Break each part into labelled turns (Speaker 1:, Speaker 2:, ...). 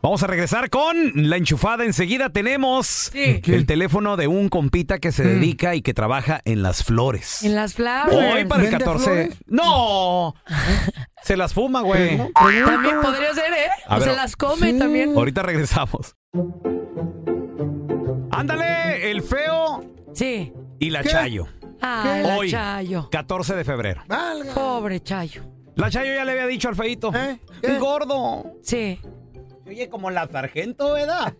Speaker 1: Vamos a regresar con la enchufada. Enseguida tenemos el teléfono de un compita que se dedica y que trabaja en las flores.
Speaker 2: En las flowers.
Speaker 1: Hoy para el
Speaker 3: ¿Vende
Speaker 1: 14.
Speaker 3: flores?
Speaker 1: ¡No! Se las fuma, güey.
Speaker 2: También podría ser, ¿eh?
Speaker 1: A
Speaker 2: O
Speaker 1: ver,
Speaker 2: se las come también.
Speaker 1: Ahorita regresamos. Ándale, el feo
Speaker 2: Sí.
Speaker 1: y la
Speaker 3: ¿Qué?
Speaker 1: Chayo.
Speaker 2: Ay, la
Speaker 1: Hoy,
Speaker 2: Chayo.
Speaker 1: 14 de febrero.
Speaker 3: Valga.
Speaker 2: Pobre Chayo.
Speaker 1: La Chayo ya le había dicho al feito.
Speaker 3: ¿Eh? ¿Qué?
Speaker 1: Gordo.
Speaker 2: Sí.
Speaker 1: Oye, como la sargento, ¿verdad?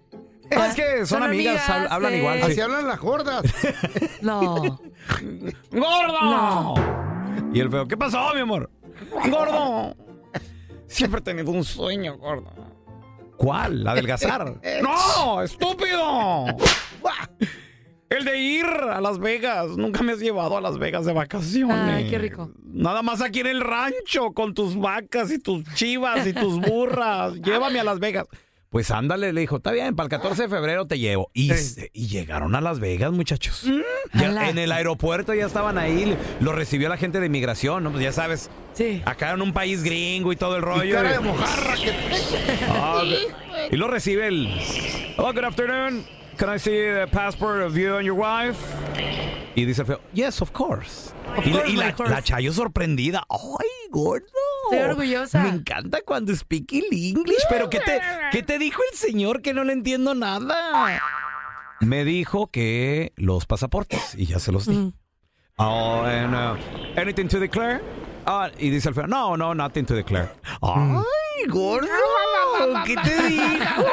Speaker 1: Ah, es que son,
Speaker 2: son
Speaker 1: amigas,
Speaker 2: amigas,
Speaker 1: hab- hablan
Speaker 2: sí.
Speaker 1: igual.
Speaker 3: Así
Speaker 1: sí.
Speaker 3: hablan las gordas.
Speaker 2: No.
Speaker 1: ¡Gordo!
Speaker 2: No.
Speaker 1: Y el feo, ¿qué pasó, mi amor? ¡Gordo! Siempre he tenido un sueño, gordo. ¿Cuál? ¿Adelgazar? ¡No! ¡Estúpido! El de ir a Las Vegas. Nunca me has llevado a Las Vegas de vacaciones.
Speaker 2: Ay, qué rico.
Speaker 1: Nada más aquí en el rancho, con tus vacas y tus chivas y tus burras. Llévame a Las Vegas. Pues ándale, le dijo, está bien, para el 14 de febrero te llevo. Y, se- y llegaron a Las Vegas, muchachos. Ya
Speaker 2: ala.
Speaker 1: en el aeropuerto ya estaban ahí, lo recibió la gente de inmigración, ¿no? Pues ya sabes,
Speaker 2: Sí.
Speaker 1: acá en un país gringo y todo el rollo.
Speaker 3: Y cara de mojarra que
Speaker 1: Ah, y lo recibe el. Hello, good afternoon. Can I see the passport of you and your wife? Y dice el feo, yes, of course.
Speaker 2: Of
Speaker 1: y la-
Speaker 2: course,
Speaker 1: y la,
Speaker 2: of course.
Speaker 1: la chayo sorprendida. ¡Ay, gordo!
Speaker 2: Estoy orgullosa.
Speaker 1: Me encanta cuando speak el English. Pero ¿qué te, ¿qué te dijo el señor que no le entiendo nada? Me dijo que los pasaportes. Y ya se los di. Oh, and, uh, anything to declare? Ah, y dice el feo, no, no, nothing to declare. ¡Ay, gordo! ¿Qué te dijo?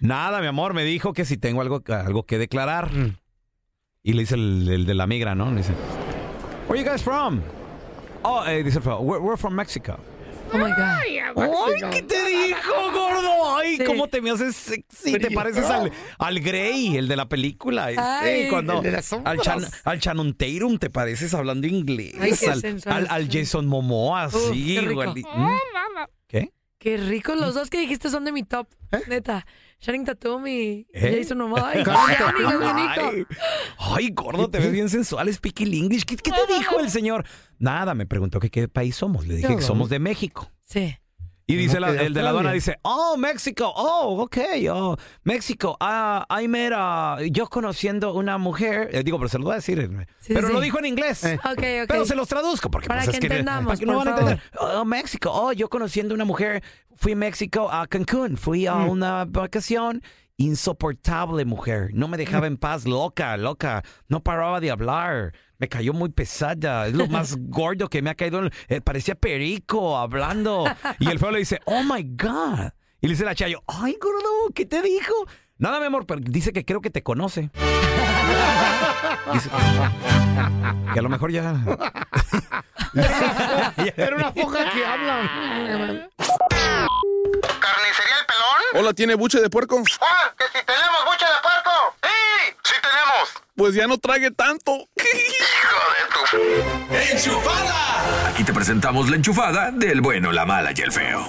Speaker 1: Nada, mi amor, me dijo que si tengo algo, algo que declarar. Y le dice el, el de la migra, ¿no? Le dice, Where you guys from? Oh, eh, dice el feo, we're, we're from Mexico.
Speaker 2: Oh my God.
Speaker 1: ¡Ay, qué te dijo, gordo! ¡Ay,
Speaker 2: Sí.
Speaker 1: cómo te me haces sexy! Te pareces al, al Grey, el de la película. este,
Speaker 2: Ay.
Speaker 1: cuando
Speaker 2: El de las
Speaker 1: al, Chan, al Channing Tatum te pareces hablando inglés.
Speaker 2: Ay, qué
Speaker 1: al,
Speaker 2: sensual
Speaker 1: al- al
Speaker 2: estoy.
Speaker 1: Jason Momoa,
Speaker 2: Uf,
Speaker 1: así.
Speaker 2: qué rico.
Speaker 1: igual- ¿Mm? ¿Qué?
Speaker 2: Qué ricos los dos que dijiste son de mi top. Neta. Sharon Tatum y
Speaker 1: ¿Eh?
Speaker 2: Jason Momoa. Ay,
Speaker 3: Ay,
Speaker 2: qué bonito.
Speaker 1: Ay, ay, gordo, te ves bien sensual, speak in English. ¿Qué, qué te dijo el señor? Nada, me preguntó que qué país somos. Le dije que somos de México.
Speaker 2: Sí.
Speaker 1: Y dice la-
Speaker 3: que de
Speaker 1: el de la aduana dice,
Speaker 3: Australia.
Speaker 1: oh, México, oh, ok, oh, México, ah, I met a- yo conociendo una mujer, eh, digo, pero se lo voy a decir, eh,
Speaker 2: Sí,
Speaker 1: pero
Speaker 2: sí. Eh.
Speaker 1: lo dijo en inglés.
Speaker 2: Ok, ok.
Speaker 1: Pero se los traduzco porque
Speaker 2: Para
Speaker 1: pues, es
Speaker 2: que entendamos,
Speaker 1: para que no
Speaker 2: por
Speaker 1: van a entender. Oh, México. Oh, yo conociendo una mujer, fui a México a Cancún, fui a
Speaker 2: Mm.
Speaker 1: una vacación insoportable mujer, no me dejaba en paz, loca, loca, no paraba de hablar, me cayó muy pesada, es lo más gordo que me ha caído, en- eh, parecía perico hablando y el feo le dice, "Oh my god." Y le dice la Chayo, "Ay, gordo, ¿qué te dijo?" Nada, mi amor, pero dice que creo que te conoce. Dice, que a lo mejor ya
Speaker 3: era una foca que hablan.
Speaker 4: ¿Carnicería El Pelón?
Speaker 5: Hola, ¿tiene buche de puerco?
Speaker 4: ¡Ah! ¡Que si tenemos bucha de puerco! ¡Sí! ¡Sí tenemos!
Speaker 5: Pues ya no trague tanto.
Speaker 4: ¡Hijo de tu...
Speaker 6: Aquí te presentamos la enchufada del bueno, la mala y el feo.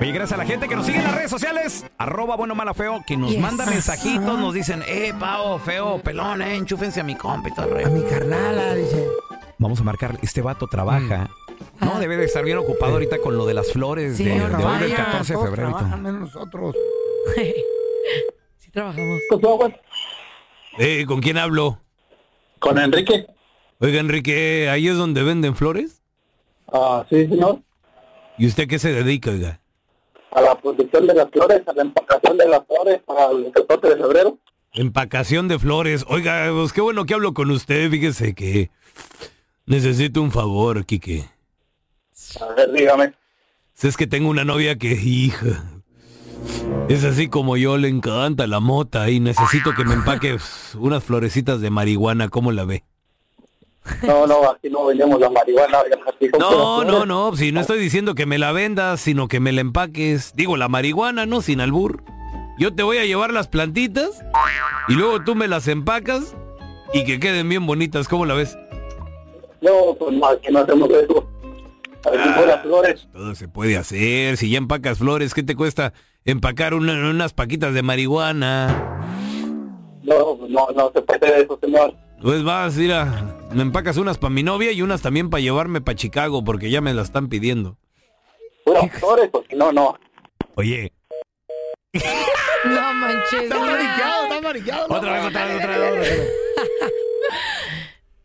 Speaker 1: Oye, gracias a la gente que nos sigue en las redes sociales, arroba bueno mala feo, que nos
Speaker 2: Yes.
Speaker 1: manda mensajitos, nos dicen, eh, pavo, feo, pelón, eh, enchúfense a mi compa y todo el rollo".
Speaker 3: Mi carnala, dice.
Speaker 1: Vamos a marcar, este vato trabaja No, debe de estar bien ocupado ahorita con lo de las flores
Speaker 2: Mm. Ah. Sí,
Speaker 1: de, de
Speaker 2: no
Speaker 1: hoy del
Speaker 2: vaya,
Speaker 1: 14 de
Speaker 2: todos
Speaker 1: febrero. y todo.
Speaker 2: trabajan.
Speaker 7: nosotros.
Speaker 2: sí trabajamos.
Speaker 1: Eh, ¿Con quién hablo?
Speaker 8: Con Enrique.
Speaker 1: Oiga, Enrique, ¿ahí es donde venden flores?
Speaker 8: Ah, sí, señor.
Speaker 1: ¿Y usted qué se dedica, oiga?
Speaker 8: A la producción de las flores, a la empacación de las flores para el 14 de febrero.
Speaker 1: Empacación de flores. Oiga, pues qué bueno que hablo con usted. Fíjese que necesito un favor, Quique.
Speaker 8: A ver, dígame.
Speaker 1: Si es que tengo una novia que, hija, es así como yo, le encanta la mota y necesito que me empaque pues, unas florecitas de marihuana. ¿Cómo la ve?
Speaker 8: No, no, aquí no vendemos la marihuana. oiga, aquí con
Speaker 1: No,
Speaker 8: todas las
Speaker 1: no,
Speaker 8: flores.
Speaker 1: no, si no estoy diciendo que me la vendas, sino que me la empaques. Digo, la marihuana, ¿no? Sin albur. Yo te voy a llevar las plantitas y luego tú me las empacas y que queden bien bonitas. ¿Cómo la ves?
Speaker 8: No, pues no, aquí no hacemos eso. Aquí con
Speaker 1: Ah.
Speaker 8: las flores.
Speaker 1: Todo se puede hacer. Si ya empacas flores, ¿qué te cuesta empacar una- unas paquitas de marihuana?
Speaker 8: No, pues, no, no se puede eso, señor.
Speaker 1: Pues vas, mira, me empacas unas para mi novia y unas también para llevarme para Chicago porque ya me las están pidiendo.
Speaker 8: Puras flores, pues no, no.
Speaker 1: Oye,
Speaker 2: No manches.
Speaker 7: Está mariqueado, está mariqueado.
Speaker 1: otra vez, otra vez, otra vez.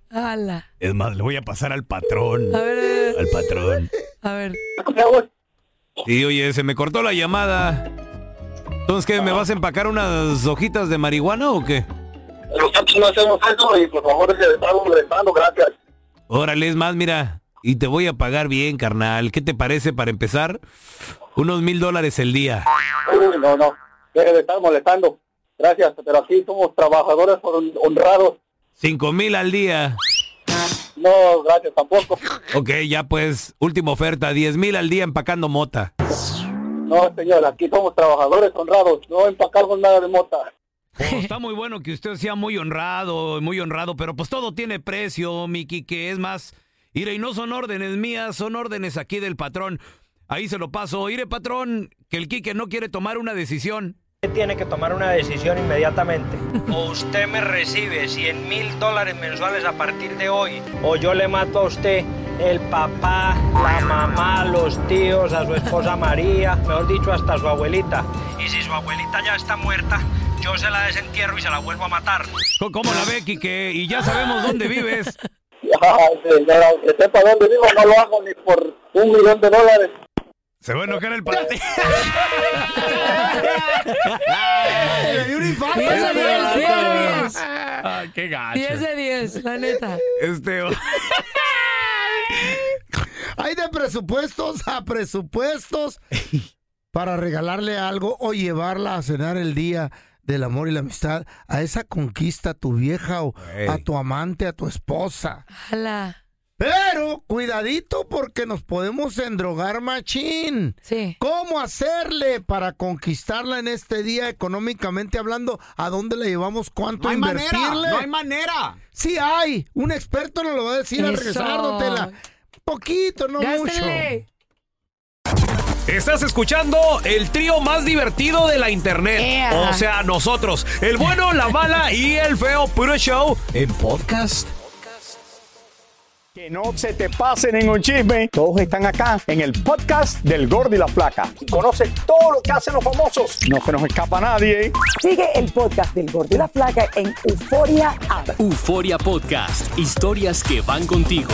Speaker 2: Ala.
Speaker 1: Es más, le voy a pasar al patrón.
Speaker 2: A ver,
Speaker 1: Al patrón.
Speaker 2: a ver.
Speaker 1: Y oye, se me cortó la llamada. Entonces, ¿qué? ¿Me vas a empacar unas hojitas de marihuana o qué?
Speaker 8: Nosotros no hacemos eso y por favor se estamos molestando, gracias.
Speaker 1: Órale, es más, mira. Y te voy a pagar bien, carnal. ¿Qué te parece para empezar? Unos mil dólares el día.
Speaker 8: Uy, no, no. Deje de estar molestando. Gracias, pero aquí somos trabajadores hon- honrados.
Speaker 1: Cinco mil al día.
Speaker 8: No, gracias, tampoco.
Speaker 1: Ok, ya pues, última oferta. Diez mil al día empacando mota.
Speaker 8: No, señor, aquí somos trabajadores honrados. No empacamos nada de mota.
Speaker 1: Oh, está muy bueno que usted sea muy honrado, muy honrado, pero pues todo tiene precio, mi que Es más, Ire, y no son órdenes mías, son órdenes aquí del patrón. Ahí se lo paso. Ire, patrón, que el Quique no quiere tomar una decisión.
Speaker 3: Tiene que tomar una decisión inmediatamente. O usted me recibe 100 mil dólares mensuales a partir de hoy, o yo le mato a usted el papá, la mamá, los tíos, a su esposa María, mejor dicho, hasta su abuelita. Y si su abuelita ya está muerta, yo se la desentierro y se la vuelvo a matar.
Speaker 1: Co- ¿Cómo la ve, Quique? Y ya sabemos dónde vives.
Speaker 8: Ay, señor, aunque sepa dónde vivo, no lo hago ni por un millón de dólares.
Speaker 1: Se va a enojar el patrón.
Speaker 7: Le dio un infarto.
Speaker 2: 10 de 10, 10 de 10.
Speaker 1: Ah, qué gacho.
Speaker 2: 10 de 10, la neta.
Speaker 1: Este...
Speaker 7: Hay de presupuestos a presupuestos para regalarle algo o llevarla a cenar el día del amor y la amistad a esa conquista, a tu vieja o a tu amante, a tu esposa.
Speaker 2: Ala.
Speaker 7: Pero cuidadito porque nos podemos endrogar machín.
Speaker 2: Sí.
Speaker 7: ¿Cómo hacerle para conquistarla en este día económicamente hablando? ¿A dónde la llevamos? ¿Cuánto invertirle?
Speaker 1: manera.
Speaker 7: Sí hay, un experto nos lo va a decir al
Speaker 9: Eso.
Speaker 7: regresar, don Tela. Poquito, no
Speaker 9: Gástenle.
Speaker 1: Estás escuchando el trío más divertido de la internet.
Speaker 9: Ea.
Speaker 1: O sea, nosotros, el bueno, la mala y el feo puro show en podcast.
Speaker 10: Que no se te pase ningún chisme. Todos están acá en el podcast del Gordi y la Flaca. Y conoce todo lo que hacen los famosos. No se nos escapa nadie. Sigue el podcast del Gordi y la Flaca en Euforia
Speaker 11: Euforia Podcast, historias que van contigo.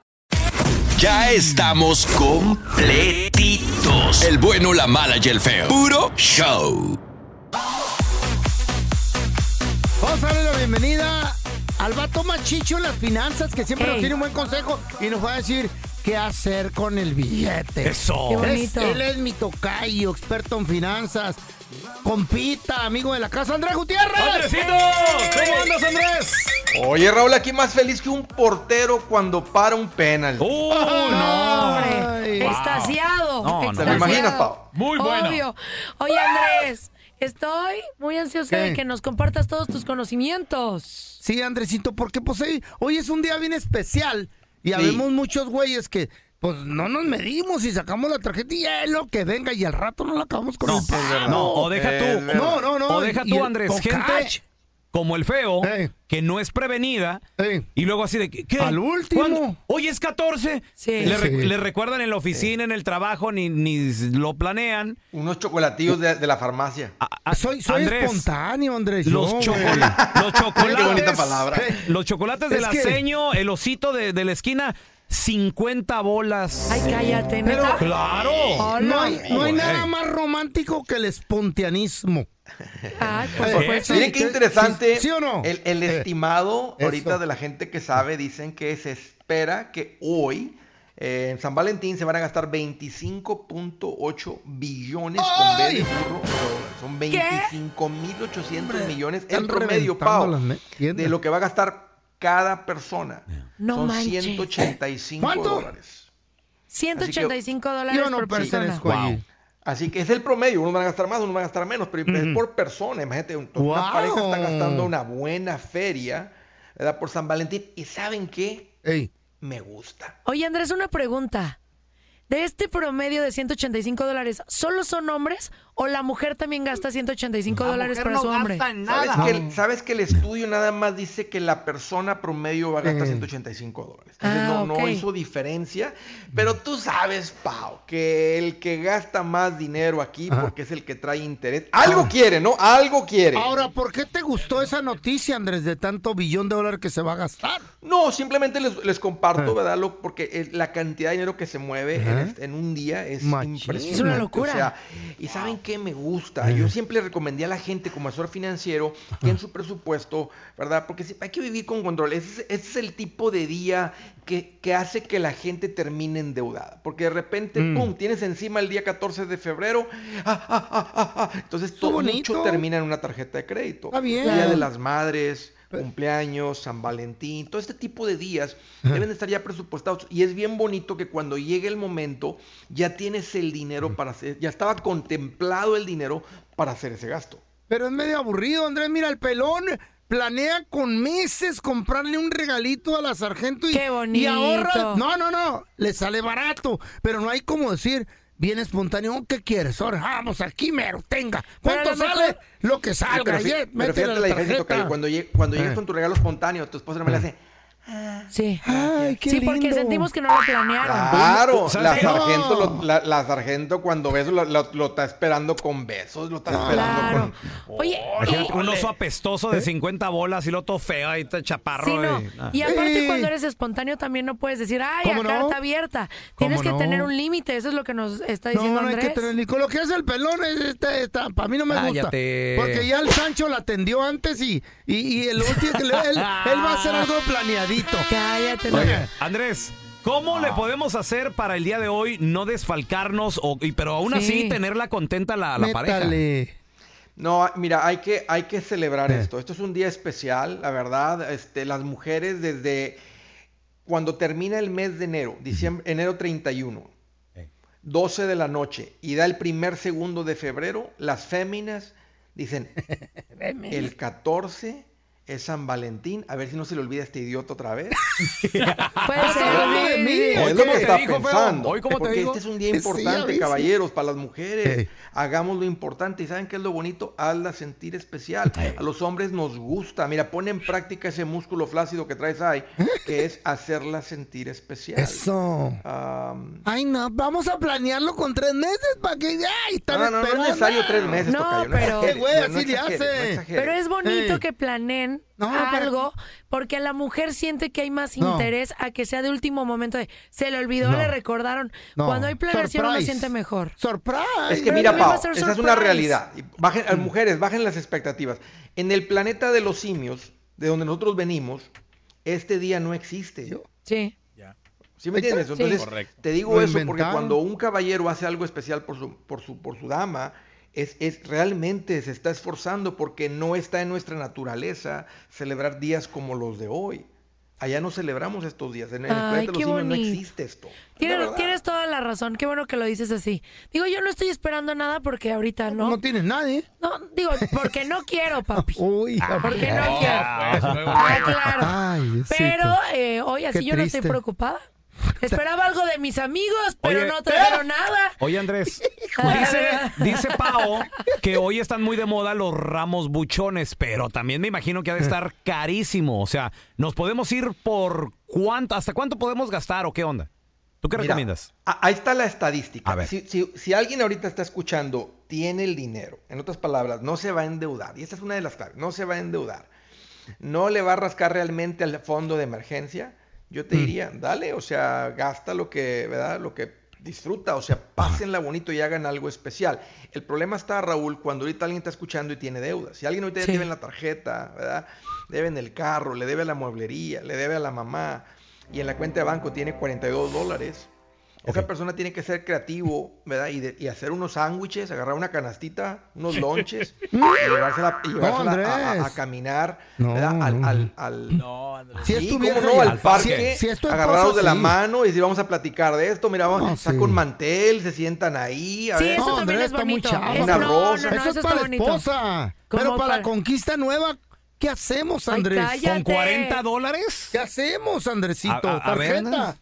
Speaker 12: Ya estamos completitos. El bueno, la mala y el feo. Puro show.
Speaker 3: Vamos a darle la bienvenida al vato machicho en las finanzas que siempre nos tiene un buen consejo y nos va a decir qué hacer con el billete.
Speaker 1: Eso. Qué
Speaker 3: Es-
Speaker 1: bonito.
Speaker 3: él es mi tocayo, experto en finanzas. Compita, amigo de la casa, Andrés Gutiérrez.
Speaker 1: ¡Andresito!
Speaker 3: ¿Cómo andas, Andrés?
Speaker 8: Oye, Raúl, aquí más feliz que un portero cuando para un penal. ¡Oh, no!
Speaker 2: Extasiado.
Speaker 8: No, no. ¿Te lo
Speaker 2: extasiado.
Speaker 8: imaginas, Pau? Muy bueno.
Speaker 2: Obvio. Oye, Andrés, estoy muy ansiosa
Speaker 3: ¿Qué?
Speaker 2: de que nos compartas todos tus conocimientos.
Speaker 3: Sí, Andresito, porque pues hoy, hoy es un día bien especial y habemos muchos güeyes que pues no nos medimos y sacamos la tarjeta y es lo que venga y al rato no la acabamos con el palo.
Speaker 1: No, o deja tú.
Speaker 3: No, no, no.
Speaker 1: O deja
Speaker 3: y-
Speaker 1: tú, Andrés.
Speaker 3: con
Speaker 1: Gente
Speaker 3: cash.
Speaker 1: como el feo, que no es prevenida. Y luego así de que. ¿qué?
Speaker 3: Al último.
Speaker 1: ¿Cuándo? Hoy es 14. Le, re-
Speaker 8: Sí.
Speaker 1: le recuerdan en la oficina, en el trabajo, ni, ni lo planean.
Speaker 8: Unos chocolatillos de, de la farmacia.
Speaker 3: Ah, soy soy espontáneo, Andrés.
Speaker 1: Los,
Speaker 3: yo, güey.
Speaker 1: chocola- los chocolates.
Speaker 8: Qué bonita palabra.
Speaker 1: Los chocolates
Speaker 3: Es
Speaker 1: del
Speaker 3: que-
Speaker 1: aceño, el osito de, de la esquina, 50 bolas.
Speaker 2: Ay, cállate,
Speaker 1: Pero-
Speaker 2: ¿neta?
Speaker 1: ¡Claro!
Speaker 2: Hola.
Speaker 3: No hay, no hay
Speaker 1: Güey.
Speaker 3: nada más romántico que el espontaneanismo.
Speaker 2: Ay,
Speaker 8: Eh, Miren qué interesante. El, el
Speaker 3: Eh,
Speaker 8: estimado ahorita de la gente que sabe dicen que se espera que hoy eh, en San Valentín se van a gastar 25.8 billones con B de burro. Son 25.800 millones en
Speaker 3: Están
Speaker 8: promedio,
Speaker 3: reventando
Speaker 8: Pau,
Speaker 3: las me-
Speaker 8: de lo que va a gastar cada persona.
Speaker 2: No
Speaker 8: Son
Speaker 2: manches.
Speaker 8: 185
Speaker 2: ¿Cuánto?
Speaker 8: dólares.
Speaker 2: 185 dólares
Speaker 8: Yo no
Speaker 2: por persona.
Speaker 8: pertenezco allí. Así que es el promedio, uno va a gastar más, uno va a gastar menos, pero es por persona. Imagínate, un- una
Speaker 3: Wow.
Speaker 8: pareja está gastando una buena feria ¿verdad? por San Valentín. ¿Y saben qué? Me gusta.
Speaker 2: Oye, Andrés, una pregunta. ¿De este promedio de 185 dólares, solo son hombres o la mujer también gasta 185 dólares para su hombre?
Speaker 8: ¿Sabes, que el, sabes que el estudio nada más dice que la persona promedio va a gastar 185 dólares? Entonces,
Speaker 2: Ah,
Speaker 8: no, no
Speaker 2: ok.
Speaker 8: hizo diferencia. Pero tú sabes, Pau, que el que gasta más dinero aquí porque es el que trae interés. Algo quiere, ¿no? Algo quiere.
Speaker 3: Ahora, ¿por qué te gustó esa noticia, Andrés, de tanto billón de dólares que se va a gastar?
Speaker 8: No, simplemente les, les comparto, ¿verdad? Lo- porque es la cantidad de dinero que se mueve en,
Speaker 3: Ah. Ajá.
Speaker 8: este- en un día es
Speaker 3: Machín.
Speaker 8: impresionante.
Speaker 3: Es una
Speaker 8: O sea, y ¿saben qué me gusta? Yo siempre le recomendé a la gente como asesor financiero que en su presupuesto, ¿verdad? Porque si- hay que vivir con control. Ese, es- ese es el tipo de día que, que hace que la gente termine endeudada. Porque de repente,
Speaker 13: Mm.
Speaker 8: ¡pum!, tienes encima el día 14 de febrero. ¡ah, ah, ah, ah, ah! Entonces, todo
Speaker 3: bonito.
Speaker 8: mucho termina en una tarjeta de crédito.
Speaker 3: Está bien.
Speaker 8: Día de
Speaker 3: Claro.
Speaker 8: las madres, cumpleaños, San Valentín, todo este tipo de días deben de estar ya presupuestados. Y es bien bonito que cuando llegue el momento ya tienes el dinero para hacer, ya estaba contemplado el dinero para hacer ese gasto.
Speaker 3: Pero es medio aburrido, Andrés. Mira, el pelón planea con meses comprarle un regalito a la sargento y, y ahorra.
Speaker 2: bonito.
Speaker 3: No, no, no. Le sale barato. Pero no hay como decir, bien espontáneo, "Oh, ¿qué quieres? Ahora, vamos, aquí mero, tenga.
Speaker 8: Pero
Speaker 3: ¿Cuánto
Speaker 8: a lo mejor-
Speaker 3: sale? Lo que
Speaker 8: Pero
Speaker 3: salga.
Speaker 8: fí-
Speaker 3: ya,
Speaker 8: pero
Speaker 3: métele la
Speaker 8: fíjate la diferencia,
Speaker 3: tarjeta.
Speaker 8: Tocayo, cuando, llegue- cuando llegues
Speaker 3: Eh.
Speaker 8: con tu regalo espontáneo, tu esposa no me la hace.
Speaker 2: Sí.
Speaker 3: Ay, qué
Speaker 2: sí, porque
Speaker 3: lindo.
Speaker 2: sentimos que no lo planearon.
Speaker 8: Claro, la
Speaker 3: Ah, ¿Sabes qué?
Speaker 8: sargento, lo- la, la sargento cuando beso lo, lo- lo está esperando con besos, lo está esperando con...
Speaker 2: Oye,
Speaker 1: Imagínate, un oso apestoso
Speaker 3: ¿Eh?
Speaker 1: de 50 bolas y lo todo feo ahí, está chaparro.
Speaker 2: Sí, no.
Speaker 1: y- ah.
Speaker 2: Y aparte cuando eres espontáneo también no puedes decir, ay, a
Speaker 1: ¿Cómo no?
Speaker 2: carta abierta. Tienes que
Speaker 1: no?
Speaker 2: tener un límite, eso es lo que nos está
Speaker 3: No,
Speaker 2: diciendo
Speaker 3: no hay
Speaker 2: Andrés.
Speaker 3: que tener ni con lo que es el pelón, es esta, Pues, este, esta, para mí no me gusta.
Speaker 1: Cállate.
Speaker 3: Porque ya el Sancho la atendió antes y, y, y el último que le él, él va a hacer algo planeadito.
Speaker 2: Cállate,
Speaker 1: Oye, Andrés, ¿cómo
Speaker 8: Ah.
Speaker 1: le podemos hacer para el día de hoy no desfalcarnos, o, y- pero aún así
Speaker 8: Sí.
Speaker 1: tenerla contenta la, la pareja?
Speaker 8: No, mira, hay que, hay que celebrar esto. Esto es un día especial, la verdad. Este, las mujeres desde cuando termina el mes de enero, diciembre, enero 31, 12 de la noche, y da el primer segundo de febrero, las féminas dicen, el 14 es San Valentín. A ver si no se le olvida a este idiota otra vez.
Speaker 3: Pues, habla de mí.
Speaker 8: Es
Speaker 3: Hoy
Speaker 8: lo
Speaker 3: como
Speaker 8: que
Speaker 3: te
Speaker 8: está
Speaker 3: digo, Feo.
Speaker 8: pensando.
Speaker 3: Hoy como te
Speaker 8: Porque
Speaker 3: digo.
Speaker 8: este es un día
Speaker 3: Sí, ya
Speaker 8: importante,
Speaker 3: viste.
Speaker 8: caballeros, para las mujeres.
Speaker 3: Ey.
Speaker 8: Hagamos lo importante. ¿Y saben qué es lo bonito? Hazla sentir especial. A los hombres nos gusta. Mira, pon en práctica ese músculo flácido que traes ahí, que es hacerla sentir especial.
Speaker 3: Eso.
Speaker 8: Am,
Speaker 3: Ay, no, vamos a planearlo con tres meses para que. ¡Ay! Están
Speaker 8: No, no, no es
Speaker 3: esperando.
Speaker 8: necesario tres meses,
Speaker 3: No,
Speaker 8: tocayo, no es
Speaker 3: pero.
Speaker 8: necesario.
Speaker 3: Eh, güey,
Speaker 8: No, no
Speaker 3: así le
Speaker 8: exageres, no
Speaker 3: hace.
Speaker 8: exageres.
Speaker 2: Pero es bonito
Speaker 3: Ey.
Speaker 2: que planeen
Speaker 3: pero-
Speaker 2: algo, porque la mujer siente que hay más
Speaker 3: No.
Speaker 2: interés a que sea de último momento de se le olvidó,
Speaker 8: No.
Speaker 2: le recordaron.
Speaker 8: No.
Speaker 2: Cuando hay planeación uno
Speaker 8: Surprise.
Speaker 2: siente mejor.
Speaker 3: Surprise.
Speaker 8: Es que
Speaker 2: Pero
Speaker 8: mira,
Speaker 2: también va
Speaker 8: Pau,
Speaker 2: a ser
Speaker 8: esa es una
Speaker 2: surprise.
Speaker 8: realidad. Y Bajen,
Speaker 3: Mm.
Speaker 8: a Mujeres, bajen las expectativas. En el planeta de los simios, de donde nosotros venimos, este día no existe.
Speaker 2: Sí.
Speaker 8: ¿Sí me
Speaker 2: Ahí está.
Speaker 8: entiendes?
Speaker 2: Sí.
Speaker 8: Entonces,
Speaker 2: Correcto.
Speaker 8: te digo
Speaker 2: Lo
Speaker 8: eso porque
Speaker 2: inventaron.
Speaker 8: cuando un caballero hace algo especial por su, por su, por su dama, es, es realmente se está esforzando porque no está en nuestra naturaleza celebrar días como los de hoy. Allá no celebramos estos días. En el
Speaker 2: Ay,
Speaker 8: planeta de los
Speaker 2: qué
Speaker 8: simios no
Speaker 2: bonito.
Speaker 8: existe esto.
Speaker 2: Tienes, tienes toda la razón, qué bueno que lo dices así. Digo, yo no estoy esperando nada porque ahorita no. No
Speaker 3: tienes nadie.
Speaker 2: No, digo, porque no quiero, papi.
Speaker 14: Uh,
Speaker 3: Uy,
Speaker 2: porque no
Speaker 3: Ah,
Speaker 2: quiero.
Speaker 3: pues, luego.
Speaker 2: Ah, claro.
Speaker 3: Ay, Diosito.
Speaker 2: Pero eh, hoy así
Speaker 1: Qué
Speaker 2: yo no estoy
Speaker 1: triste.
Speaker 2: preocupada. Esperaba algo de mis amigos, pero
Speaker 1: Oye,
Speaker 2: no trajeron nada.
Speaker 1: Oye, Andrés, pues dice, dice Pao que hoy están muy de moda los ramos buchones, pero también me imagino que ha de estar carísimo. O sea, ¿nos podemos ir por cuánto? ¿Hasta cuánto podemos gastar o qué onda? ¿Tú qué
Speaker 8: Mira,
Speaker 1: recomiendas?
Speaker 8: a- ahí está la estadística.
Speaker 1: A ver.
Speaker 8: Si, si- si alguien ahorita está escuchando, tiene el dinero, en otras palabras, no se va a endeudar. Y esta es una de las claves, no se va a endeudar. No le va a rascar realmente al fondo de emergencia. Yo
Speaker 3: Mm.
Speaker 8: te diría, dale, o sea, gasta lo que, ¿verdad? Lo que disfruta, o sea, pásenla bonito y hagan algo especial. El problema está, Raúl, cuando ahorita alguien está escuchando y tiene deudas. Si alguien ahorita
Speaker 6: Sí.
Speaker 8: debe en la tarjeta, ¿verdad? Debe en el carro, le debe a la mueblería, le debe a la mamá y en la cuenta de banco tiene 42 dólares. Esa persona tiene que ser creativo, ¿verdad? Y, de- y hacer unos sándwiches, agarrar una canastita, unos lonches, y llevársela, y
Speaker 3: No,
Speaker 8: llevársela a- a, a
Speaker 3: Andrés.
Speaker 8: caminar,
Speaker 3: No,
Speaker 8: ¿verdad? Al,
Speaker 3: no. Mm.
Speaker 8: al, al-
Speaker 3: Si es
Speaker 8: Sí,
Speaker 3: tu
Speaker 8: ¿cómo
Speaker 3: vieja
Speaker 8: no?
Speaker 3: y-
Speaker 8: al parque,
Speaker 3: si- si es tu esposa,
Speaker 8: agarrados de la
Speaker 3: sí.
Speaker 8: mano y si vamos a platicar de esto, mira, vamos,
Speaker 3: No,
Speaker 8: saca
Speaker 3: Ah, sí.
Speaker 8: un mantel, se sientan ahí, a
Speaker 3: Sí,
Speaker 8: ver.
Speaker 3: eso No, también Andrés, es está muy bonito. chafa.
Speaker 8: Una
Speaker 3: No, no,
Speaker 8: rosa.
Speaker 3: no, Eso eso es está para la bonito. esposa. Pero Como para la para- conquista nueva, ¿qué hacemos,
Speaker 1: Ay,
Speaker 3: Andrés?
Speaker 1: cállate. ¿Con 40 dólares?
Speaker 3: ¿Qué hacemos, Andresito?
Speaker 8: A- a- a ver,
Speaker 3: ¿Tarjeta?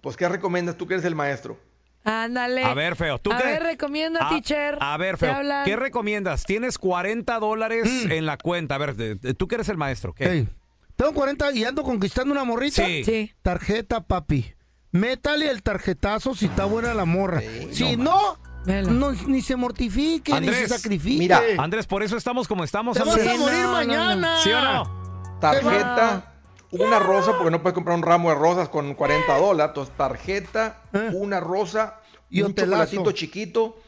Speaker 8: Pues, ¿qué recomiendas tú que eres el maestro?
Speaker 2: Ándale.
Speaker 1: A ver, Feo, ¿tú
Speaker 2: Eh, A
Speaker 1: qué-
Speaker 2: ver, recomienda,
Speaker 1: A-
Speaker 2: teacher.
Speaker 1: A, ver,
Speaker 2: Te
Speaker 1: Feo,
Speaker 2: hablan.
Speaker 1: ¿qué recomiendas? Tienes 40 dólares en la cuenta. A ver, de- de- tú que eres el maestro, ¿qué?
Speaker 3: Tengo 40 y ando conquistando una morrita.
Speaker 1: Sí. Sí.
Speaker 3: Tarjeta, papi. Métale el tarjetazo si está buena la morra. si no, no, ni se mortifique, ni se sacrifique.
Speaker 1: Mira, Andrés, por eso estamos como estamos.
Speaker 3: Te vas
Speaker 1: Andrés.
Speaker 3: a morir No, no, mañana. no.
Speaker 1: ¿Sí o no?
Speaker 8: Tarjeta, una rosa, porque no puedes comprar un ramo de rosas con 40 dólares. Entonces, tarjeta,
Speaker 3: Ah.
Speaker 8: una rosa,
Speaker 3: Y
Speaker 8: un
Speaker 3: un telazo.
Speaker 8: chocolatito chiquito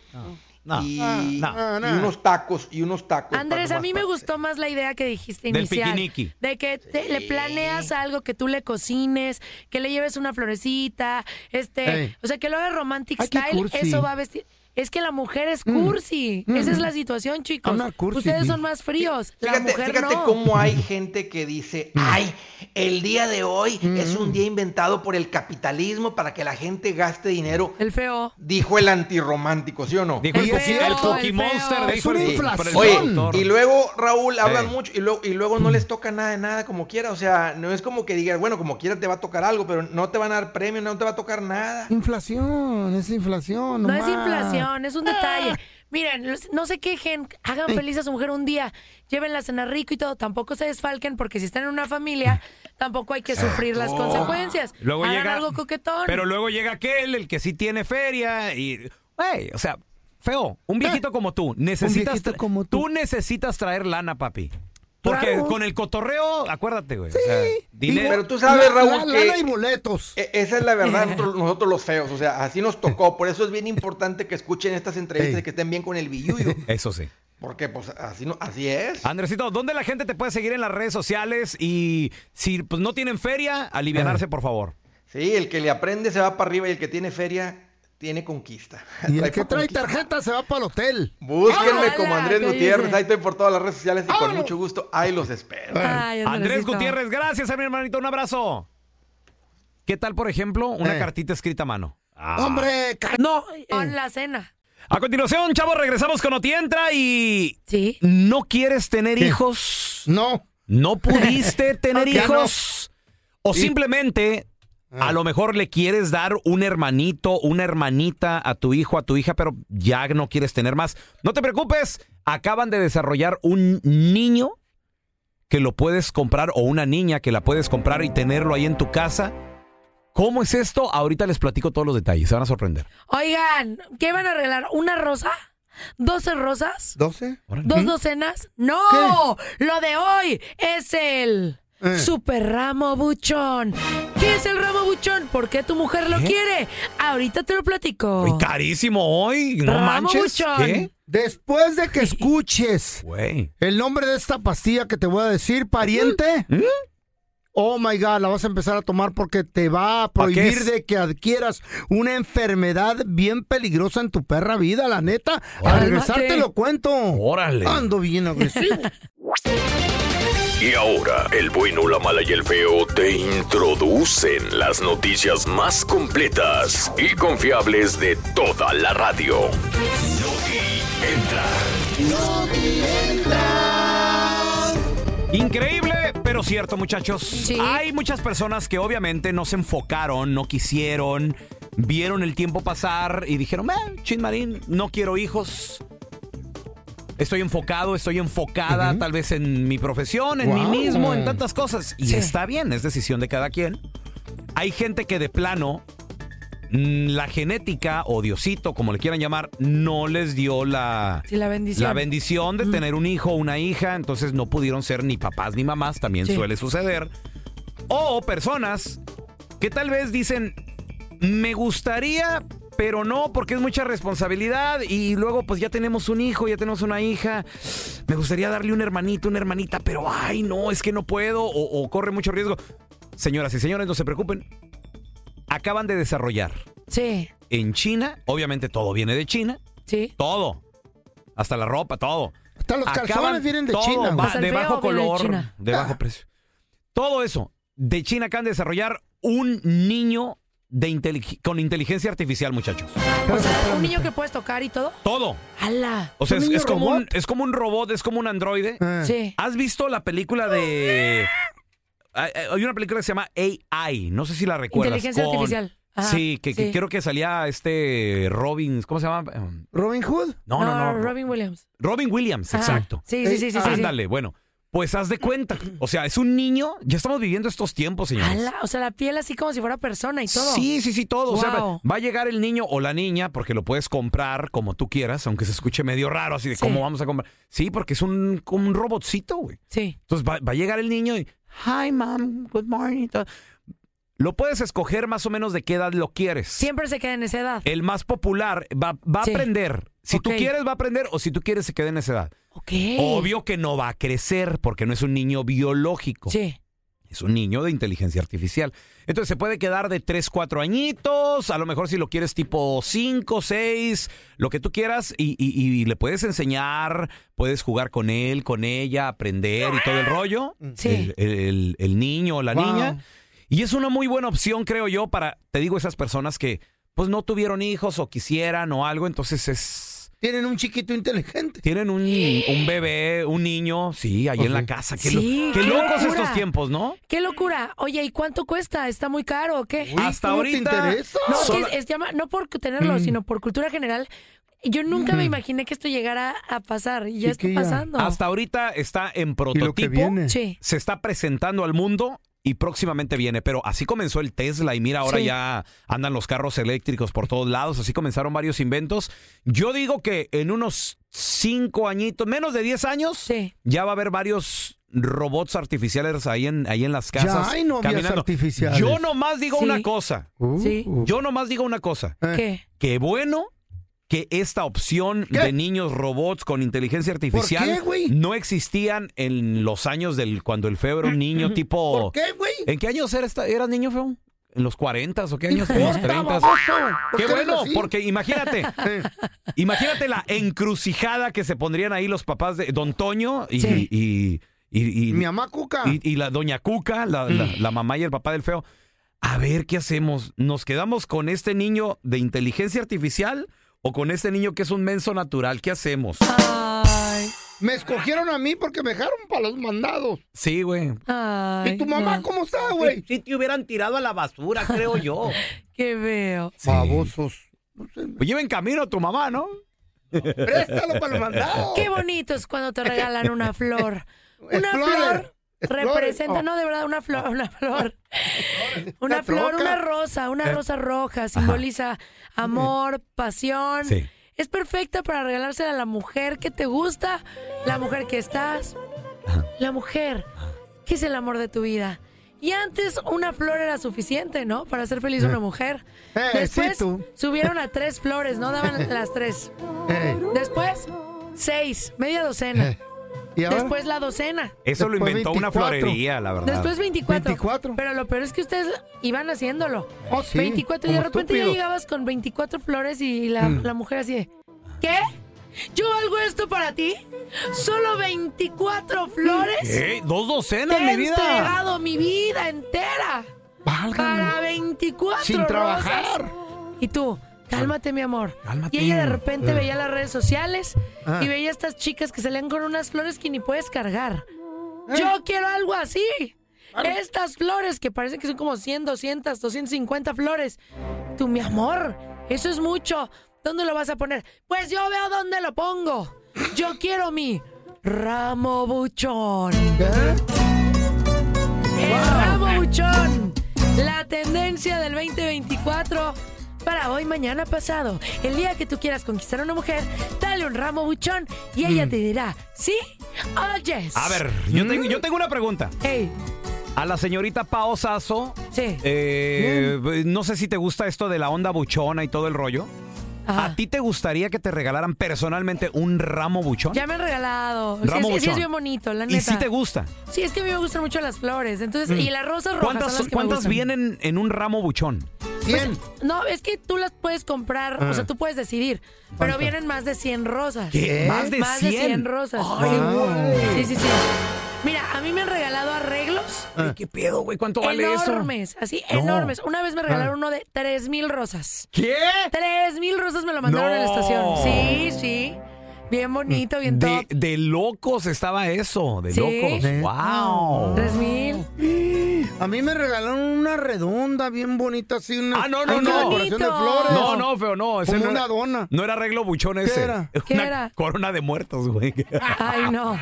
Speaker 1: no,
Speaker 8: y,
Speaker 3: no, no.
Speaker 8: y unos tacos, y unos tacos.
Speaker 2: Andrés, a mí me gustó más la idea que dijiste
Speaker 8: Del
Speaker 2: inicial.
Speaker 8: piquiniqui.
Speaker 2: De que te- le planeas algo que tú le cocines, que le lleves una florecita, este,
Speaker 3: Ey.
Speaker 2: o sea, que lo hagas romantic
Speaker 3: Ay, qué
Speaker 2: style,
Speaker 3: cursi.
Speaker 2: eso va a vestir. Es que la mujer es cursi.
Speaker 8: Mm.
Speaker 2: Esa es la situación, chicos.
Speaker 8: Habla cursi.
Speaker 2: Ustedes son más fríos. la
Speaker 8: Fíjate,
Speaker 2: mujer
Speaker 8: fíjate
Speaker 2: no.
Speaker 8: cómo hay gente que dice,
Speaker 1: Mm.
Speaker 8: ay, el día de hoy es un día inventado por el capitalismo para que la gente gaste dinero.
Speaker 2: El feo.
Speaker 8: Dijo el antirromántico, ¿sí o no?
Speaker 1: Dijo el, Poki- el Pokimonster.
Speaker 8: Es
Speaker 1: dijo
Speaker 8: una
Speaker 1: el-
Speaker 8: inflación.
Speaker 1: por el
Speaker 8: Oye,
Speaker 1: productor.
Speaker 8: y luego, Raúl, hablan
Speaker 1: Sí. Mm.
Speaker 8: mucho y luego, y luego no les toca nada de nada como quiera. O sea, no es como que digas, bueno, como quiera te va a tocar algo, pero no te van a dar premio, no te va a tocar nada.
Speaker 2: Mm.
Speaker 3: Inflación, es inflación.
Speaker 2: No es
Speaker 3: nomás.
Speaker 2: inflación, es un detalle. Miren, los- no se quejen, hagan feliz a su mujer un día, llévenla a cenar rico y todo. Tampoco se desfalquen porque si están en una familia, tampoco hay que sufrir las
Speaker 1: Exacto.
Speaker 2: consecuencias.
Speaker 1: Oh. Luego
Speaker 2: hagan
Speaker 1: llega-
Speaker 2: algo coquetón.
Speaker 1: Pero luego llega aquel, el que sí tiene feria y... Güey, o sea, feo, un viejito como tú, necesitas...
Speaker 3: viejito
Speaker 1: tra-
Speaker 3: como tú.
Speaker 1: necesitas traer lana, papi. Porque
Speaker 3: Claro.
Speaker 1: con el cotorreo, acuérdate, güey. o sea, dinero.
Speaker 8: Pero tú sabes,
Speaker 3: La-
Speaker 8: Raúl,
Speaker 3: la-
Speaker 8: que
Speaker 3: lana y boletos.
Speaker 8: e- esa es la verdad
Speaker 2: Eh.
Speaker 8: nosotros, nosotros los feos. O sea, así nos tocó. Por eso es bien importante que escuchen estas entrevistas y que estén bien con el billuyo.
Speaker 1: Eso sí.
Speaker 8: Porque pues así, no, así es.
Speaker 1: Andresito, ¿dónde la gente te puede seguir en las redes sociales? Y si pues, no tienen feria, alivianarse, por favor.
Speaker 8: Sí, el que le aprende se va para arriba y el que tiene feria tiene conquista.
Speaker 3: Y el que trae tarjeta se va para el hotel.
Speaker 8: Búsquenme
Speaker 3: Vámonos.
Speaker 8: como Andrés
Speaker 3: ¿Qué dice?
Speaker 8: Gutiérrez. Ahí estoy por todas las redes sociales y con mucho gusto ahí los espero.
Speaker 1: Andrés Gutiérrez, gracias a mi hermanito, un abrazo. ¿Qué tal, por ejemplo, una
Speaker 8: Eh.
Speaker 1: cartita escrita a mano? Ah.
Speaker 3: Hombre, ca-
Speaker 2: No, con la cena.
Speaker 1: A continuación, chavos, regresamos con Otientra y. ¿No quieres tener
Speaker 3: ¿Qué?
Speaker 1: hijos?
Speaker 3: No.
Speaker 1: ¿No pudiste tener
Speaker 3: Ya no. Ah.
Speaker 1: hijos? O
Speaker 3: Sí.
Speaker 1: simplemente. A lo mejor le quieres dar un hermanito, una hermanita a tu hijo, a tu hija, pero ya no quieres tener más. No te preocupes, acaban de desarrollar un niño que lo puedes comprar o una niña que la puedes comprar y tenerlo ahí en tu casa. ¿Cómo es esto? Ahorita les platico todos los detalles, se van a sorprender.
Speaker 2: Oigan, ¿qué van a regalar? ¿Una rosa? ¿Doce rosas?
Speaker 3: ¿12?
Speaker 2: ¿Dos docenas? ¡No! Lo de hoy es el
Speaker 1: Eh.
Speaker 2: super ramo buchón. ¿Qué es el ramo buchón? ¿Por qué tu mujer
Speaker 1: ¿Eh?
Speaker 2: lo quiere? Ahorita te lo platico.
Speaker 1: Uy, carísimo hoy, no
Speaker 2: Ramo
Speaker 1: manches.
Speaker 2: buchón.
Speaker 1: ¿Qué?
Speaker 3: Después de que escuches
Speaker 1: Güey.
Speaker 3: el nombre de esta pastilla que te voy a decir, pariente, oh my God, la vas a empezar a tomar porque te va a
Speaker 1: ¿Pa' qué
Speaker 3: prohibir
Speaker 1: es?
Speaker 3: de que adquieras una enfermedad bien peligrosa en tu perra vida, la neta. Al
Speaker 1: Órale.
Speaker 3: regresar te lo cuento.
Speaker 1: Órale.
Speaker 3: Ando bien agresivo.
Speaker 13: Y ahora, el bueno, la mala y el feo te introducen las noticias más completas y confiables de toda la radio.
Speaker 1: Increíble, pero cierto, muchachos. Hay muchas personas que obviamente no se enfocaron, no quisieron, vieron el tiempo pasar y dijeron, "Meh, chin marín, no quiero hijos. Estoy enfocado, estoy enfocada tal vez en mi profesión, en
Speaker 3: Wow.
Speaker 1: mí mismo, en tantas cosas. Y está bien, es decisión de cada quien. Hay gente que de plano mm, la genética o Diosito, como le quieran llamar, no les dio la,
Speaker 2: Sí, la bendición.
Speaker 1: la bendición de tener un hijo o una hija, entonces no pudieron ser ni papás ni mamás, también
Speaker 2: Sí.
Speaker 1: suele suceder. O personas que tal vez dicen, me gustaría, pero no, porque es mucha responsabilidad y luego pues ya tenemos un hijo, ya tenemos una hija, me gustaría darle un hermanito, una hermanita, pero ay no, es que no puedo o, o corre mucho riesgo. Señoras y señores, no se preocupen, acaban de desarrollar
Speaker 2: Sí.
Speaker 1: en China, obviamente todo viene de China.
Speaker 2: Sí.
Speaker 1: Todo. Hasta la ropa, todo.
Speaker 3: Hasta los calzones vienen de
Speaker 1: todo
Speaker 3: China, güey. Ah.
Speaker 1: va-
Speaker 3: Hasta el
Speaker 1: de
Speaker 3: feo
Speaker 1: bajo
Speaker 3: viene de
Speaker 1: color, de,
Speaker 3: China.
Speaker 1: bajo precio. Todo eso. De China acaban de desarrollar un niño de intelig- con inteligencia artificial, muchachos.
Speaker 2: O sea, un niño que puedes tocar y todo.
Speaker 1: Todo.
Speaker 2: ¡Hala!
Speaker 1: O sea, es, es como un, es como un robot, es como un androide.
Speaker 3: Ah.
Speaker 2: Sí.
Speaker 1: ¿Has visto la película de... Hay hay una película que se llama AI, no sé si la recuerdas.
Speaker 2: Inteligencia artificial. Ajá,
Speaker 1: sí, que, que
Speaker 2: sí.
Speaker 1: creo que salía este Robin, ¿cómo se llama?
Speaker 3: ¿Robin Hood?
Speaker 1: No, no, no.
Speaker 2: Robin Williams.
Speaker 1: Robin Williams,
Speaker 2: Ajá.
Speaker 1: exacto.
Speaker 2: Sí, sí, sí, sí, sí, sí.
Speaker 1: Ándale, bueno, pues haz de cuenta. O sea, es un niño, ya estamos viviendo estos tiempos, señores.
Speaker 2: ¡Hala! O sea, la piel así como si fuera persona y todo.
Speaker 1: Sí, sí, sí, todo. O sea,
Speaker 2: Guau.
Speaker 1: va- va a llegar el niño o la niña, porque lo puedes comprar como tú quieras, aunque se escuche medio raro, así de cómo vamos a comprar. Sí, porque es un, como un robotcito, güey.
Speaker 2: Sí.
Speaker 1: Entonces va, va a llegar el niño y. Hi, mom. Good morning. to-". Lo puedes escoger más o menos de qué edad lo quieres.
Speaker 2: Siempre se queda en esa edad.
Speaker 1: El más popular va, va
Speaker 2: Sí.
Speaker 1: a aprender. Si
Speaker 2: Ok.
Speaker 1: tú quieres, va a aprender, o si tú quieres, se queda en esa edad.
Speaker 2: Ok.
Speaker 1: Obvio que no va a crecer porque no es un niño biológico.
Speaker 2: Sí.
Speaker 1: Es un niño de inteligencia artificial. Entonces se puede quedar de 3, 4 añitos, a lo mejor si lo quieres tipo 5, 6, lo que tú quieras, y, y- y le puedes enseñar, puedes jugar con él, con ella, aprender y todo el rollo.
Speaker 2: Sí.
Speaker 1: El, el- el niño o la
Speaker 2: Wow.
Speaker 1: niña. Y es una muy buena opción, creo yo, para, te digo, esas personas que pues no tuvieron hijos o quisieran o algo, entonces es...
Speaker 3: Tienen un chiquito inteligente.
Speaker 1: Tienen un, un bebé, un niño, sí, ahí en la casa. Qué, lo-
Speaker 2: Sí,
Speaker 1: qué
Speaker 2: qué
Speaker 1: locos
Speaker 2: locura.
Speaker 1: estos tiempos, ¿no?
Speaker 2: ¡Qué locura! Oye, ¿y cuánto cuesta? ¿Está muy caro o qué?
Speaker 1: Uy, Hasta ¿cómo te ahorita- interesa?
Speaker 2: No, es que
Speaker 1: Sola-
Speaker 2: es- es llama- no por tenerlo,
Speaker 1: Mm.
Speaker 2: sino por cultura general. Yo nunca me imaginé que esto llegara a pasar y ya está pasando.
Speaker 1: Hasta ahorita está en prototipo.
Speaker 2: viene. Sí.
Speaker 1: Se está presentando al mundo y próximamente viene. Pero así comenzó el Tesla y mira, ahora
Speaker 2: Sí.
Speaker 1: ya andan los carros eléctricos por todos lados. Así comenzaron varios inventos. Yo digo que en unos cinco añitos, menos de 10 años, ya va a haber varios robots artificiales ahí en, ahí en las casas.
Speaker 3: hay novias
Speaker 1: caminando.
Speaker 3: artificiales.
Speaker 1: Yo nomás digo
Speaker 3: Sí.
Speaker 1: una cosa.
Speaker 3: Sí.
Speaker 1: Yo nomás digo una cosa.
Speaker 2: ¿Qué?
Speaker 1: Qué bueno que esta opción de niños robots con inteligencia artificial
Speaker 3: qué, güey?
Speaker 1: no existían en los años del cuando el feo era un niño tipo
Speaker 3: ¿Por qué, güey?
Speaker 1: ¿En qué años eras eras niño feo? ¿En los 40 o qué años?
Speaker 3: No
Speaker 1: ¿En los
Speaker 3: importa,
Speaker 1: 30?
Speaker 3: baboso. ¿Por
Speaker 1: Qué
Speaker 3: qué eres
Speaker 1: bueno,
Speaker 3: así?
Speaker 1: porque imagínate. imagínate la encrucijada que se pondrían ahí los papás de Don Toño y,
Speaker 3: Sí.
Speaker 1: y- y- y-
Speaker 3: Mi mamá Cuca.
Speaker 1: Y, y la doña Cuca, la, la- la mamá y el papá del feo. A ver, ¿qué hacemos? ¿Nos quedamos con este niño de inteligencia artificial o con ese niño que es un menso natural? ¿Qué hacemos?
Speaker 3: Me escogieron a mí porque me dejaron para los mandados.
Speaker 1: Sí, güey.
Speaker 3: ¿Y tu mamá cómo está, güey?
Speaker 1: Si te hubieran tirado a la basura, creo yo.
Speaker 2: Qué veo.
Speaker 1: Famosos. Pues lleva en camino a tu mamá, ¿no?
Speaker 3: Préstalo para los mandados.
Speaker 2: Qué bonito es cuando te regalan una flor. Una
Speaker 3: Explorer.
Speaker 2: flor
Speaker 3: Explorer.
Speaker 2: representa,
Speaker 3: Oh.
Speaker 2: no, de verdad, una flor, una flor. Una
Speaker 3: Una
Speaker 2: flor,
Speaker 3: troca.
Speaker 2: una rosa, una
Speaker 3: Eh.
Speaker 2: rosa roja, simboliza amor, pasión.
Speaker 1: Sí.
Speaker 2: Es perfecta para regalársela a la mujer que te gusta, la mujer que estás, la mujer que es el amor de tu vida. Y antes una flor era suficiente, ¿no? Para hacer feliz a una mujer.
Speaker 3: Eh, sí,
Speaker 2: Después
Speaker 3: tú. Eh.
Speaker 2: subieron a tres flores, no daban las tres. Después, seis, media docena.
Speaker 3: Eh. ¿Y ahora?
Speaker 2: Después la docena.
Speaker 1: Eso lo
Speaker 3: Después
Speaker 1: inventó una
Speaker 3: 24.
Speaker 1: florería, la verdad.
Speaker 2: Después 24. Pero lo peor es que ustedes iban haciéndolo.
Speaker 3: Oh, sí,
Speaker 2: 24. Y de
Speaker 3: como
Speaker 2: repente ya
Speaker 3: estúpidos.
Speaker 2: llegabas con 24 flores y la,
Speaker 3: Mm.
Speaker 2: la mujer así de, ¿Qué? ¿Yo valgo esto para ti? ¿Solo 24 flores?
Speaker 1: ¿Qué? ¡Dos docenas,
Speaker 2: Te
Speaker 1: mi
Speaker 2: he
Speaker 1: vida!
Speaker 2: entregado mi vida entera. Para 24
Speaker 1: Sin trabajar.
Speaker 2: rosas. Y tú, cálmate, mi amor.
Speaker 1: Cálmate.
Speaker 2: Y ella de repente
Speaker 1: Eh.
Speaker 2: veía las redes sociales
Speaker 1: Ah.
Speaker 2: y veía a estas chicas que se leen con unas flores que ni puedes cargar.
Speaker 1: Eh.
Speaker 2: Yo quiero algo así. Estas flores que parecen que son como 100, 200, 250 flores. Tú, mi amor, eso es mucho. ¿Dónde lo vas a poner? Pues yo veo dónde lo pongo. Yo quiero mi ramo buchón. El ramo buchón. La tendencia del 2024 para hoy, mañana, pasado. El día que tú quieras conquistar a una mujer, dale un ramo buchón y ella te dirá sí o yes.
Speaker 1: Mm. A ver, yo, tengo, yo tengo una pregunta.
Speaker 2: Ey.
Speaker 1: A la señorita Pao Sasso, eh, no sé si te gusta esto de la onda buchona y todo el rollo. ¿A ti te gustaría que te regalaran personalmente un ramo buchón?
Speaker 2: Ya me han regalado.
Speaker 1: Ramo
Speaker 2: sí, sí, sí
Speaker 1: buchón.
Speaker 2: es bien bonito, la neta.
Speaker 1: ¿Y si te gusta?
Speaker 2: Sí, es que a mí me gustan mucho las flores. Entonces,
Speaker 1: Mm.
Speaker 2: y las rosas rojas
Speaker 1: ¿Cuántas,
Speaker 2: son las que me
Speaker 1: cuántas
Speaker 2: gustan.
Speaker 1: vienen en un ramo buchón?
Speaker 2: Pues, no, es que tú las puedes comprar,
Speaker 1: Ah.
Speaker 2: o sea, tú puedes decidir. Pero vienen más de 100 rosas.
Speaker 1: ¿Qué? ¿Más de 100?
Speaker 2: rosas.
Speaker 1: Ay,
Speaker 2: Sí.
Speaker 1: güey.
Speaker 2: Sí, sí, sí. Mira, a mí me han regalado arreglos.
Speaker 1: Ay, ¿Qué pedo, güey? ¿Cuánto vale Ah. eso?
Speaker 2: enormes, así,
Speaker 1: No.
Speaker 2: enormes. Una vez me regalaron
Speaker 1: Ah.
Speaker 2: uno de 3000 rosas.
Speaker 1: ¿Qué?
Speaker 2: 3000 rosas me lo mandaron a la
Speaker 1: No.
Speaker 2: estación. Sí, sí. Bien bonito, bien
Speaker 1: De,
Speaker 2: top.
Speaker 1: de locos estaba eso, de
Speaker 2: Sí.
Speaker 1: locos.
Speaker 2: Sí.
Speaker 1: ¡Wow!
Speaker 2: Tres mil.
Speaker 3: A mí me regalaron una redonda bien bonita, así una.
Speaker 1: Ah, no, no,
Speaker 3: Ay, qué
Speaker 1: no.
Speaker 3: decoración de flores.
Speaker 1: No, no, feo, no. ese
Speaker 3: Como
Speaker 1: no
Speaker 3: una
Speaker 1: era-
Speaker 3: dona.
Speaker 1: No era arreglo buchón
Speaker 3: ¿Qué
Speaker 1: ese.
Speaker 3: era?
Speaker 2: ¿Qué
Speaker 1: Una
Speaker 2: era?
Speaker 1: corona de muertos, güey.
Speaker 2: Ay, no.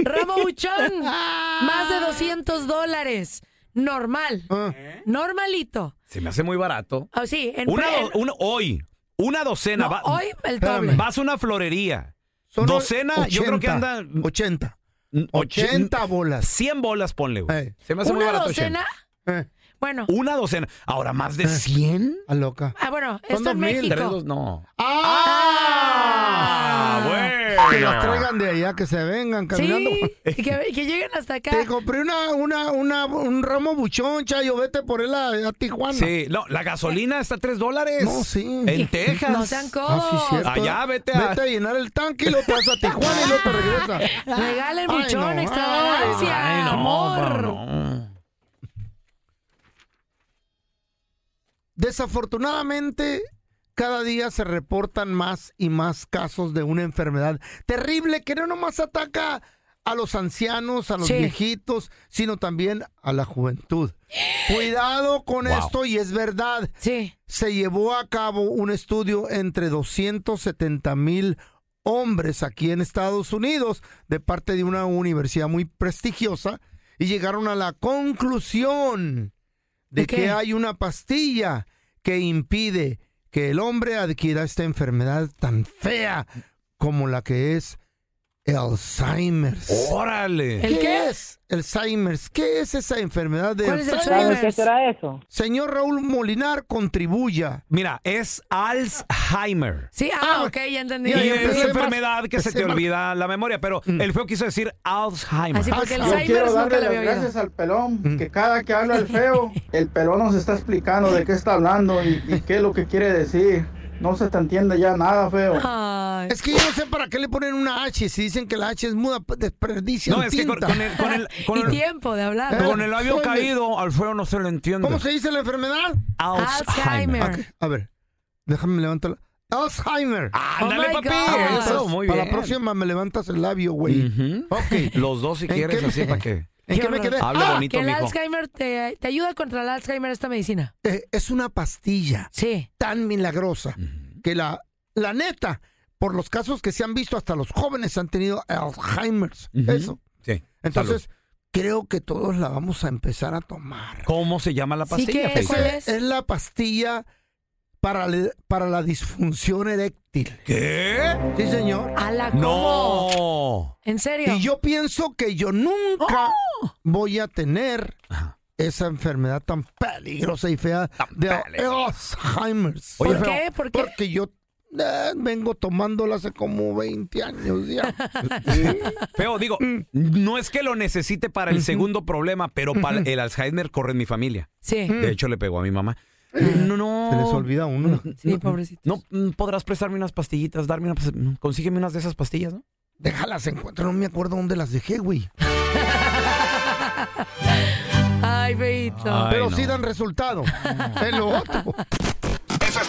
Speaker 2: Ramo buchón. más de 200 dólares. Normal. Normalito.
Speaker 1: Se me hace muy barato.
Speaker 2: Ah, sí, en
Speaker 1: una,
Speaker 2: pre-
Speaker 1: do- una- hoy, una docena.
Speaker 2: No,
Speaker 1: va-
Speaker 2: hoy el doble.
Speaker 1: Vas a una florería. docena, yo creo que
Speaker 3: 80,
Speaker 1: anda...
Speaker 3: 80.
Speaker 1: 80 bolas. 100 bolas, ponle, güey. Se me hace muy
Speaker 2: ¿Una
Speaker 1: barato.
Speaker 2: docena?
Speaker 1: 80.
Speaker 2: Bueno.
Speaker 1: Una docena. Ahora, más de 100.
Speaker 3: A loca.
Speaker 2: Ah, bueno,
Speaker 1: Son
Speaker 2: esto en
Speaker 1: 2000.
Speaker 2: México.
Speaker 1: Tres dos- no. Ah,
Speaker 3: Ah.
Speaker 2: Ah.
Speaker 3: Que
Speaker 1: bueno.
Speaker 3: las traigan de allá, que se vengan caminando.
Speaker 2: Sí, y que, que lleguen hasta acá.
Speaker 3: Te compré una, una, una, un ramo buchón, Chayo, vete por él a, a Tijuana.
Speaker 1: Sí, no, la gasolina está a 3 dólares.
Speaker 3: No, sí.
Speaker 1: En Texas.
Speaker 2: No sean codos.
Speaker 3: Ah, sí, cierto.
Speaker 1: Allá vete a.
Speaker 3: Vete a llenar el tanque y lo te vas a Tijuana y luego te regresa.
Speaker 2: Regalen
Speaker 3: Ay,
Speaker 2: buchón,
Speaker 3: no,
Speaker 2: extravagancia,
Speaker 1: Ay, no,
Speaker 2: amor.
Speaker 1: no, no.
Speaker 3: Desafortunadamente, cada día se reportan más y más casos de una enfermedad terrible que no nomás ataca a los ancianos, a los
Speaker 1: Sí.
Speaker 3: viejitos, sino también a la juventud. Cuidado con
Speaker 1: Wow.
Speaker 3: esto y es verdad.
Speaker 2: Sí.
Speaker 3: Se llevó a cabo un estudio entre 270 mil hombres aquí en Estados Unidos de parte de una universidad muy prestigiosa y llegaron a la conclusión de
Speaker 1: ¿De qué?
Speaker 3: que hay una pastilla que impide que el hombre adquiera esta enfermedad tan fea como la que es Alzheimer's.
Speaker 1: Órale.
Speaker 3: ¿Qué, es Alzheimer's? ¿Qué es esa enfermedad de
Speaker 1: ¿Cuál es
Speaker 3: Alzheimer?
Speaker 1: Alzheimer's? ¿Qué será
Speaker 3: eso? Señor Raúl Molinar, contribuya.
Speaker 1: Mira, es Alzheimer.
Speaker 2: Sí, ah, ok, ya entendí.
Speaker 1: Y es una enfermedad que se Mm. te olvida la memoria, pero el feo quiso decir Alzheimer.
Speaker 2: Así porque el
Speaker 15: Yo quiero
Speaker 2: Alzheimer nunca
Speaker 15: darle
Speaker 2: le
Speaker 15: las
Speaker 2: había oído.
Speaker 15: gracias al pelón,
Speaker 1: Mm.
Speaker 15: que cada que habla el feo, el pelón nos está explicando de qué está hablando y, y qué es lo que quiere decir. No se te entiende ya nada, feo.
Speaker 3: Es que yo no sé para qué le ponen una H si dicen que la H es muda, pues, desperdicia.
Speaker 1: No, es que con- con el- con el- con
Speaker 2: Y
Speaker 1: el-
Speaker 2: tiempo de hablar.
Speaker 1: Con el labio caído, al feo no se le entiende.
Speaker 3: ¿Cómo se dice la enfermedad?
Speaker 1: Alzheimer.
Speaker 3: Ok, A ver. Déjame levantar. Alzheimer.
Speaker 1: Ándale,
Speaker 3: Oh my
Speaker 1: papi.
Speaker 3: God.
Speaker 1: Ah, Eso, muy
Speaker 3: Para la
Speaker 1: bien. Mm.
Speaker 3: próxima me levantas el labio, güey. Ok.
Speaker 1: Los dos, si
Speaker 3: ¿En
Speaker 1: quieres,
Speaker 3: qué
Speaker 1: así
Speaker 3: me-
Speaker 1: para que.
Speaker 3: ¿En qué me quedé? Ah,
Speaker 1: Hable bonito,
Speaker 2: Ah, que el
Speaker 1: mijo.
Speaker 2: Alzheimer te, te ayuda contra el Alzheimer esta medicina.
Speaker 3: Eh, es una pastilla tan milagrosa
Speaker 1: Mm.
Speaker 3: que la, la neta, por los casos que se han visto, hasta los jóvenes han tenido Alzheimer's.
Speaker 1: Ujú.
Speaker 3: Eso.
Speaker 1: Sí.
Speaker 3: Entonces,
Speaker 1: salud.
Speaker 3: creo que todos la vamos a empezar a tomar.
Speaker 1: ¿Cómo se llama la pastilla? Felipe?
Speaker 3: es? la pastilla para, le- para la disfunción eréctil.
Speaker 1: ¿Qué?
Speaker 3: Sí, señor.
Speaker 2: A la
Speaker 1: No.
Speaker 2: ¿En serio? ¡Oh!
Speaker 3: Y yo pienso que yo nunca voy a tener esa enfermedad tan peligrosa y fea de Alzheimer's.
Speaker 2: Oye, ¿Por qué?
Speaker 3: Porque yo eh, vengo tomándola hace como 20 años ya.
Speaker 1: Feo, digo, no es que lo necesite para el segundo problema, pero para el Alzheimer corre en mi familia.
Speaker 2: Sí.
Speaker 1: De hecho, le pegó a mi mamá. No, no.
Speaker 3: Mm. Se les olvida uno.
Speaker 2: Sí, pobrecito.
Speaker 1: No, mm, podrás prestarme unas pastillitas, darme una pas- mm, consígueme unas de esas pastillas, ¿no?
Speaker 3: Déjalas encuentro, no me acuerdo dónde las dejé, güey.
Speaker 2: Ay, feito.
Speaker 3: Pero sí dan resultado. Es lo otro.
Speaker 1: Eso es